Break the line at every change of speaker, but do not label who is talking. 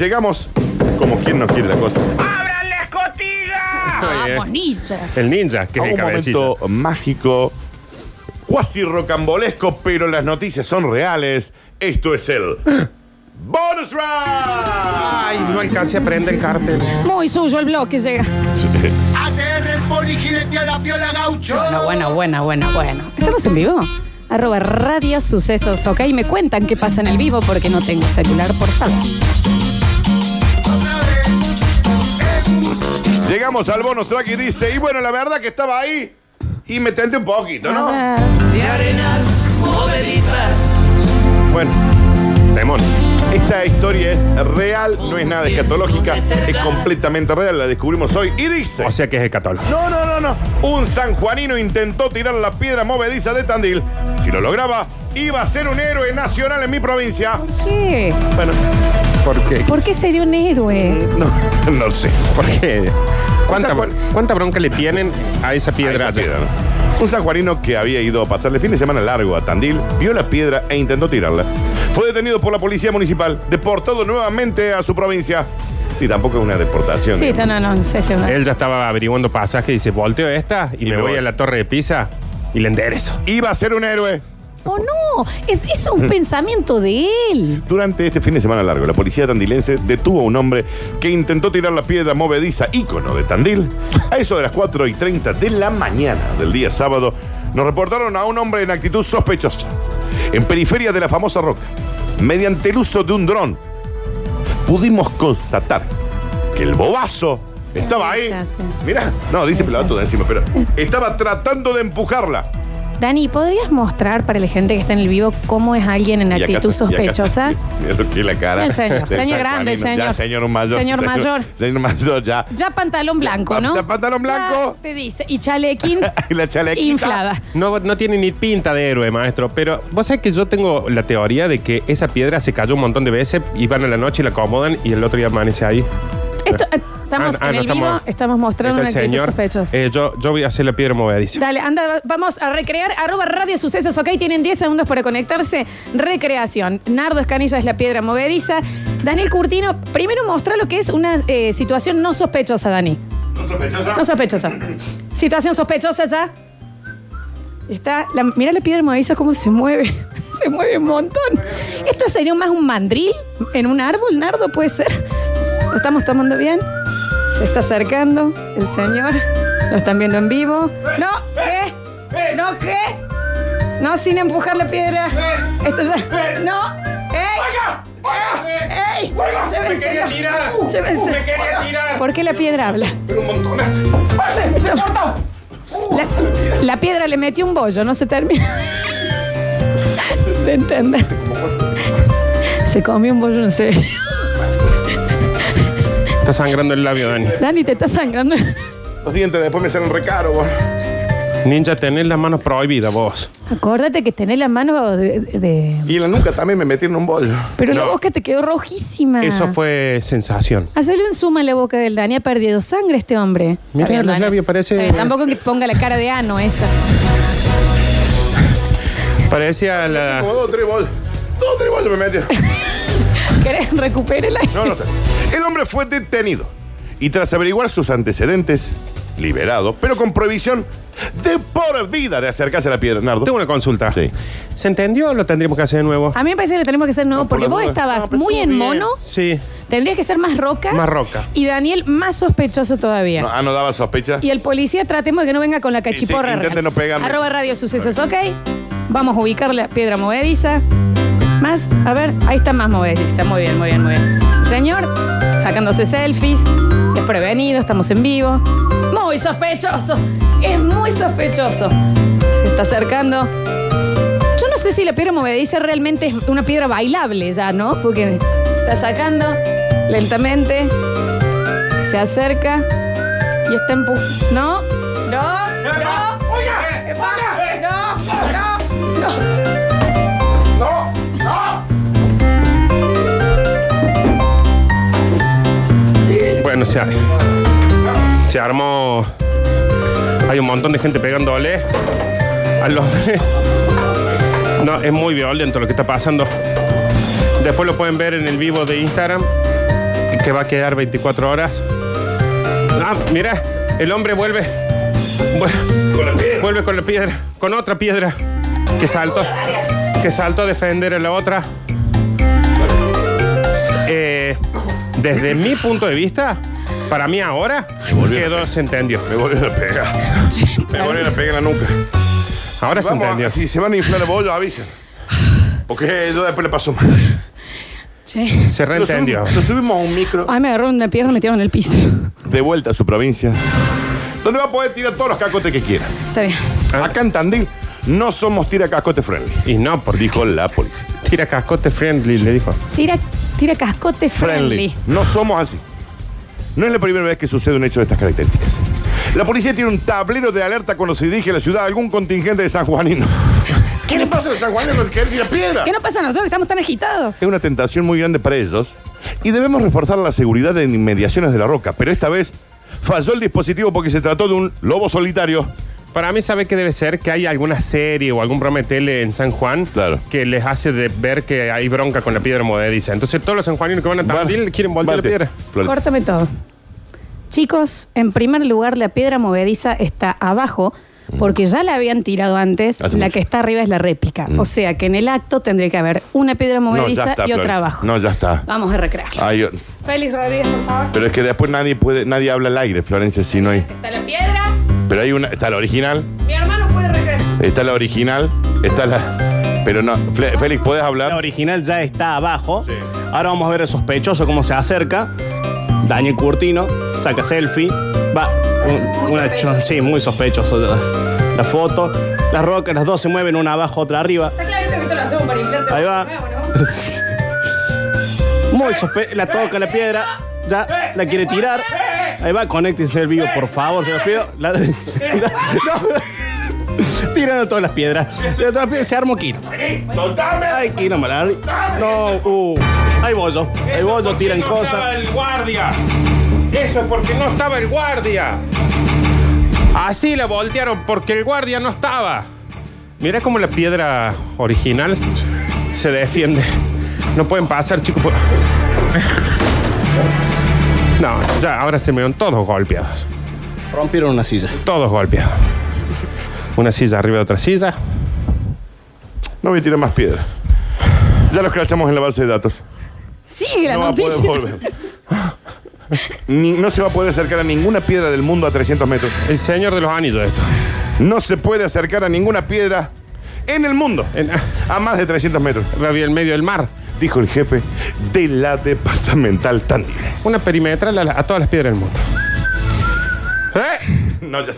llegamos como quien no quiere la cosa.
¡Abran la
Ah,
escotilla!
Muy bien.
Vamos, ninja.
El ninja, que
a
es el
un
cabecito.
momento mágico, cuasi rocambolesco, pero las noticias son reales. Esto es el Bonus Round.
Ay, no alcancé a prender el cartel.
Muy suyo el bloque llega.
ATR Pony jinete a la piola gaucho.
Bueno, bueno, bueno, bueno, bueno. ¿Estamos en vivo? Arroba Radio Sucesos, ok. Me cuentan qué pasa en el vivo porque no tengo celular, por favor.
Llegamos al Bonus Track y dice, y bueno, la verdad que estaba ahí y me tenté un poquito, ¿no?
A ver.
de arenas movedizas.
Bueno, temón. Esta historia es real, no es nada escatológica, es completamente real, la descubrimos hoy y dice...
O sea que es el católico.
No, no, no, no. Un sanjuanino intentó tirar la piedra movediza de Tandil. Si lo lograba, iba a ser un héroe nacional en mi provincia.
¿Qué?
Bueno,
¿Por qué?
¿Por qué sería un héroe?
no, no sé.
¿Por qué? ¿Cuánta,
O sea,
bro- cuánta bronca le tienen a esa piedra?
Ahí está
allá?
piedra, ¿no? Un sanjuanino que había ido a pasarle fin de semana largo a Tandil, vio la piedra e intentó tirarla. Fue detenido por la policía municipal, deportado nuevamente a su provincia. Sí, tampoco es una deportación. ¿eh?
Sí,
digamos.
no, no, no, no sé si es una-
Él ya estaba averiguando pasaje y dice, volteo esta y, me voy, a la torre de Pisa y le enderezo.
Iba a ser un héroe.
Oh, no, es, es
Mm.
un pensamiento de él.
Durante este fin de semana largo, la policía tandilense detuvo a un hombre que intentó tirar la piedra movediza, ícono de Tandil. A eso de las 4 y 30 de la mañana del día sábado, nos reportaron a un hombre en actitud sospechosa, en periferia de la famosa roca. Mediante el uso de un dron, pudimos constatar que el bobazo estaba ahí. Mirá, no, dice pelado todo encima, pero estaba tratando de empujarla.
Dani, ¿podrías mostrar para la gente que está en el vivo cómo es alguien en
Y acá
actitud
está, y acá está.
sospechosa?
Mira lo que es la cara.
El señor,
del
señor grande,
sanjuanino. Ya,
señor.
señor mayor.
Señor mayor.
Señor mayor, ya.
Ya pantalón blanco, ¿no?
Ya pantalón blanco.
Ya te dice. Y chalequín
Y la chalequita.
inflada.
No, no tiene ni pinta de héroe, maestro. Pero vos sabés que yo tengo la teoría de que esa piedra se cayó un montón de veces y van a la noche y la acomodan y el otro día amanece ahí.
Esto, eh, estamos
Ah, ah,
en
no,
el vivo, estamos, mostrando una
Está el
actitud
señor.
sospechosa.
Eh, yo, yo voy a hacer la piedra movediza.
Dale, anda, vamos a recrear arroba radio sucesos, ok, tienen 10 segundos para conectarse. Recreación. Nardo Escanilla es la piedra movediza. Daniel Curtino, primero mostra lo que es una eh, situación no sospechosa, Dani.
¿No sospechosa?
No sospechosa. Situación sospechosa ya. Está, la, mirá la piedra movediza cómo se mueve. se mueve un montón. Esto sería más un mandril en un árbol, Nardo, puede ser. Lo estamos tomando bien. Se está acercando el señor. Lo están viendo en vivo. No, ¿qué? No, ¿qué? No, sin empujar la piedra. Esto ya. No. ¡Ey! ¡Ey!
¡Me quería
Llévenselo.
tirar! Uh,
Llévenselo.
¡Me quería tirar!
¿Por qué la piedra habla?
Pero un montón. ¡Pase! ¡Se cortó!
La, la piedra le metió un bollo, no se termina de entender. Se comió un bollo en serio.
Está sangrando el labio, Dani.
Dani, te está sangrando.
Los dientes después me salen recaro, vos.
Ninja, tenés las manos prohibidas vos.
Acuérdate que tenés la mano de. de-
Y en la nuca también me metieron un bollo.
Pero la
No.
boca te quedó rojísima.
Eso fue sensación.
Hacele un zoom a la boca del Dani. Ha perdido sangre este hombre.
Mirá,
Está bien,
los
Dani.
labios parece-
Está bien, tampoco que ponga la cara de ano esa.
Parecía
Como
la.
dos o tres bollos. Dos o tres bollos me metieron.
¿Querés recuperar el
No, no. está bien. El hombre fue detenido y tras averiguar sus antecedentes, liberado, pero con prohibición de por vida de acercarse a la piedra, Nardo.
Tengo una consulta.
Sí.
¿Se entendió o lo tendríamos que hacer de nuevo?
A mí me parece que lo tenemos que hacer nuevo
No, por
porque
las
vos
dudas.
estabas
No, pero
muy
estuvo
en
bien.
mono.
Sí.
Tendrías que ser más roca.
Más roca.
Y Daniel más sospechoso todavía.
No, ah, no daba sospecha.
Y el policía tratemos de que no venga con la
Y
cachiporra.
sí, intenten no pegarme.
Arroba radio sucesos, ok. Vamos a ubicar la piedra movediza. Más, a ver, ahí está más movediza. Muy bien, muy bien, muy bien. Señor, sacándose selfies, desprevenido, estamos en vivo. Muy sospechoso, es muy sospechoso. Se está acercando. Yo no sé si la piedra movediza realmente es una piedra bailable ya, ¿no? Porque se está sacando lentamente, se acerca. Y está en pu- No, no, no.
¡Oiga!
Epa, No, no, no.
¡No! ¡No!
Bueno, se, se armó. Hay un montón de gente pegándole a los. No, es muy violento lo que está pasando. Después lo pueden ver en el vivo de Instagram. que va a quedar 24 horas. Ah, mira, el hombre vuelve. Vu-
Con la piedra.
Vuelve con la piedra, con otra piedra. Que salto. Que salto a defender a la otra. Eh, desde mi punto de vista, para mí ahora
volvió la
quedó, se entendió.
Me volvió la pega. Me volvió la pega en la nuca.
Ahora se
Vamos
entendió.
a, si se van a inflar el bollo, avisen. Porque yo después le paso mal.
Che.
Se
Lo, subi-
reentendió.
lo subimos a un micro
Ay, me agarró una pierna y me tiraron en el piso.
de vuelta a su provincia. Donde va a poder tirar todos los cacotes que quiera.
Está bien.
Ah.
Acá en Tandil no somos tira cacote friendly.
Y no, por
Dijo la policía.
tira cascote friendly, le dijo.
Tira, tira cascote friendly.
Friendly. No somos así. No es la primera vez que sucede un hecho de estas características. La policía tiene un tablero de alerta cuando se dirige a la ciudad a algún contingente de sanjuanino. ¿Qué le pasa a los sanjuaninos con que él tira piedra?
¿Qué no pasa a nosotros? Estamos tan agitados.
Es una tentación muy grande para ellos y debemos reforzar la seguridad en inmediaciones de la roca. Pero esta vez falló el dispositivo porque se trató de un lobo solitario.
Para mí, ¿sabe qué debe ser? Que hay alguna serie o algún programa de tele en San Juan
Claro.
que les hace de ver que hay bronca con la piedra modediza. Entonces, todos los sanjuaninos que van a Tandil quieren voltear
Vale,
la piedra.
Flores.
Córtame todo. Chicos, en primer lugar, la piedra movediza está abajo porque ya la habían tirado antes.
Mm. Hace
la
mucho. Mm.
que está arriba es la réplica. O sea que en el acto tendría que haber una piedra
ya
movediza
está,
y Ah. otra
Flores.
abajo.
No, Ah. ya está.
Vamos a recrearla.
Ay,
Félix Rodríguez, por favor.
pero es que después nadie puede, nadie habla al aire, Florencia, si no hay.
Está la piedra.
Pero hay una, está la original,
Mi hermano puede recrear.
está la original, está la. Pero no, Fle- Félix, ¿puedes
La
hablar?
original ya está abajo. Ahora vamos a ver el sospechoso cómo se acerca. Daniel Curtino saca selfie. Va, un-
Muy
una
sospechoso.
cho- sí, muy sospechoso la, la foto. Las rocas, las dos se mueven, una abajo, otra arriba.
Está clarito que esto lo hacemos para inflarte.
Ahí va. Muy sospe la toca la piedra. Ya la quiere tirar. Ahí va, conéctense el vivo, por favor, se los pido. La- la- no. Tirando todas las piedras. Tirando todas las piedras, se armó Kino.
¡Soltame!
Ay, Kino Malari. No, uh. Ahí bollo. Ahí bollo, tiran cosas.
el guardia. Eso porque no estaba el guardia. Así la voltearon porque el guardia no estaba. Mira cómo la piedra original se defiende. No pueden pasar, chicos. por- No, ya, ahora se vieron todos golpeados.
Rompieron una silla.
Todos golpeados. Una silla arriba de otra silla.
No voy a tirar más piedra. Ya los crachamos en la base de datos.
Sigue la
no va a poder
noticia.
volver. Ni- no se va a poder acercar a ninguna piedra del mundo a 300 metros.
El señor de los anillos esto.
No se puede acercar a ninguna piedra en el mundo
En-
a más de 300 metros,
Rabia en medio del mar.
dijo el jefe de la departamental Tandil.
Una perimetral a, la- a todas las piedras del mundo. ¿Eh?
No, ya está.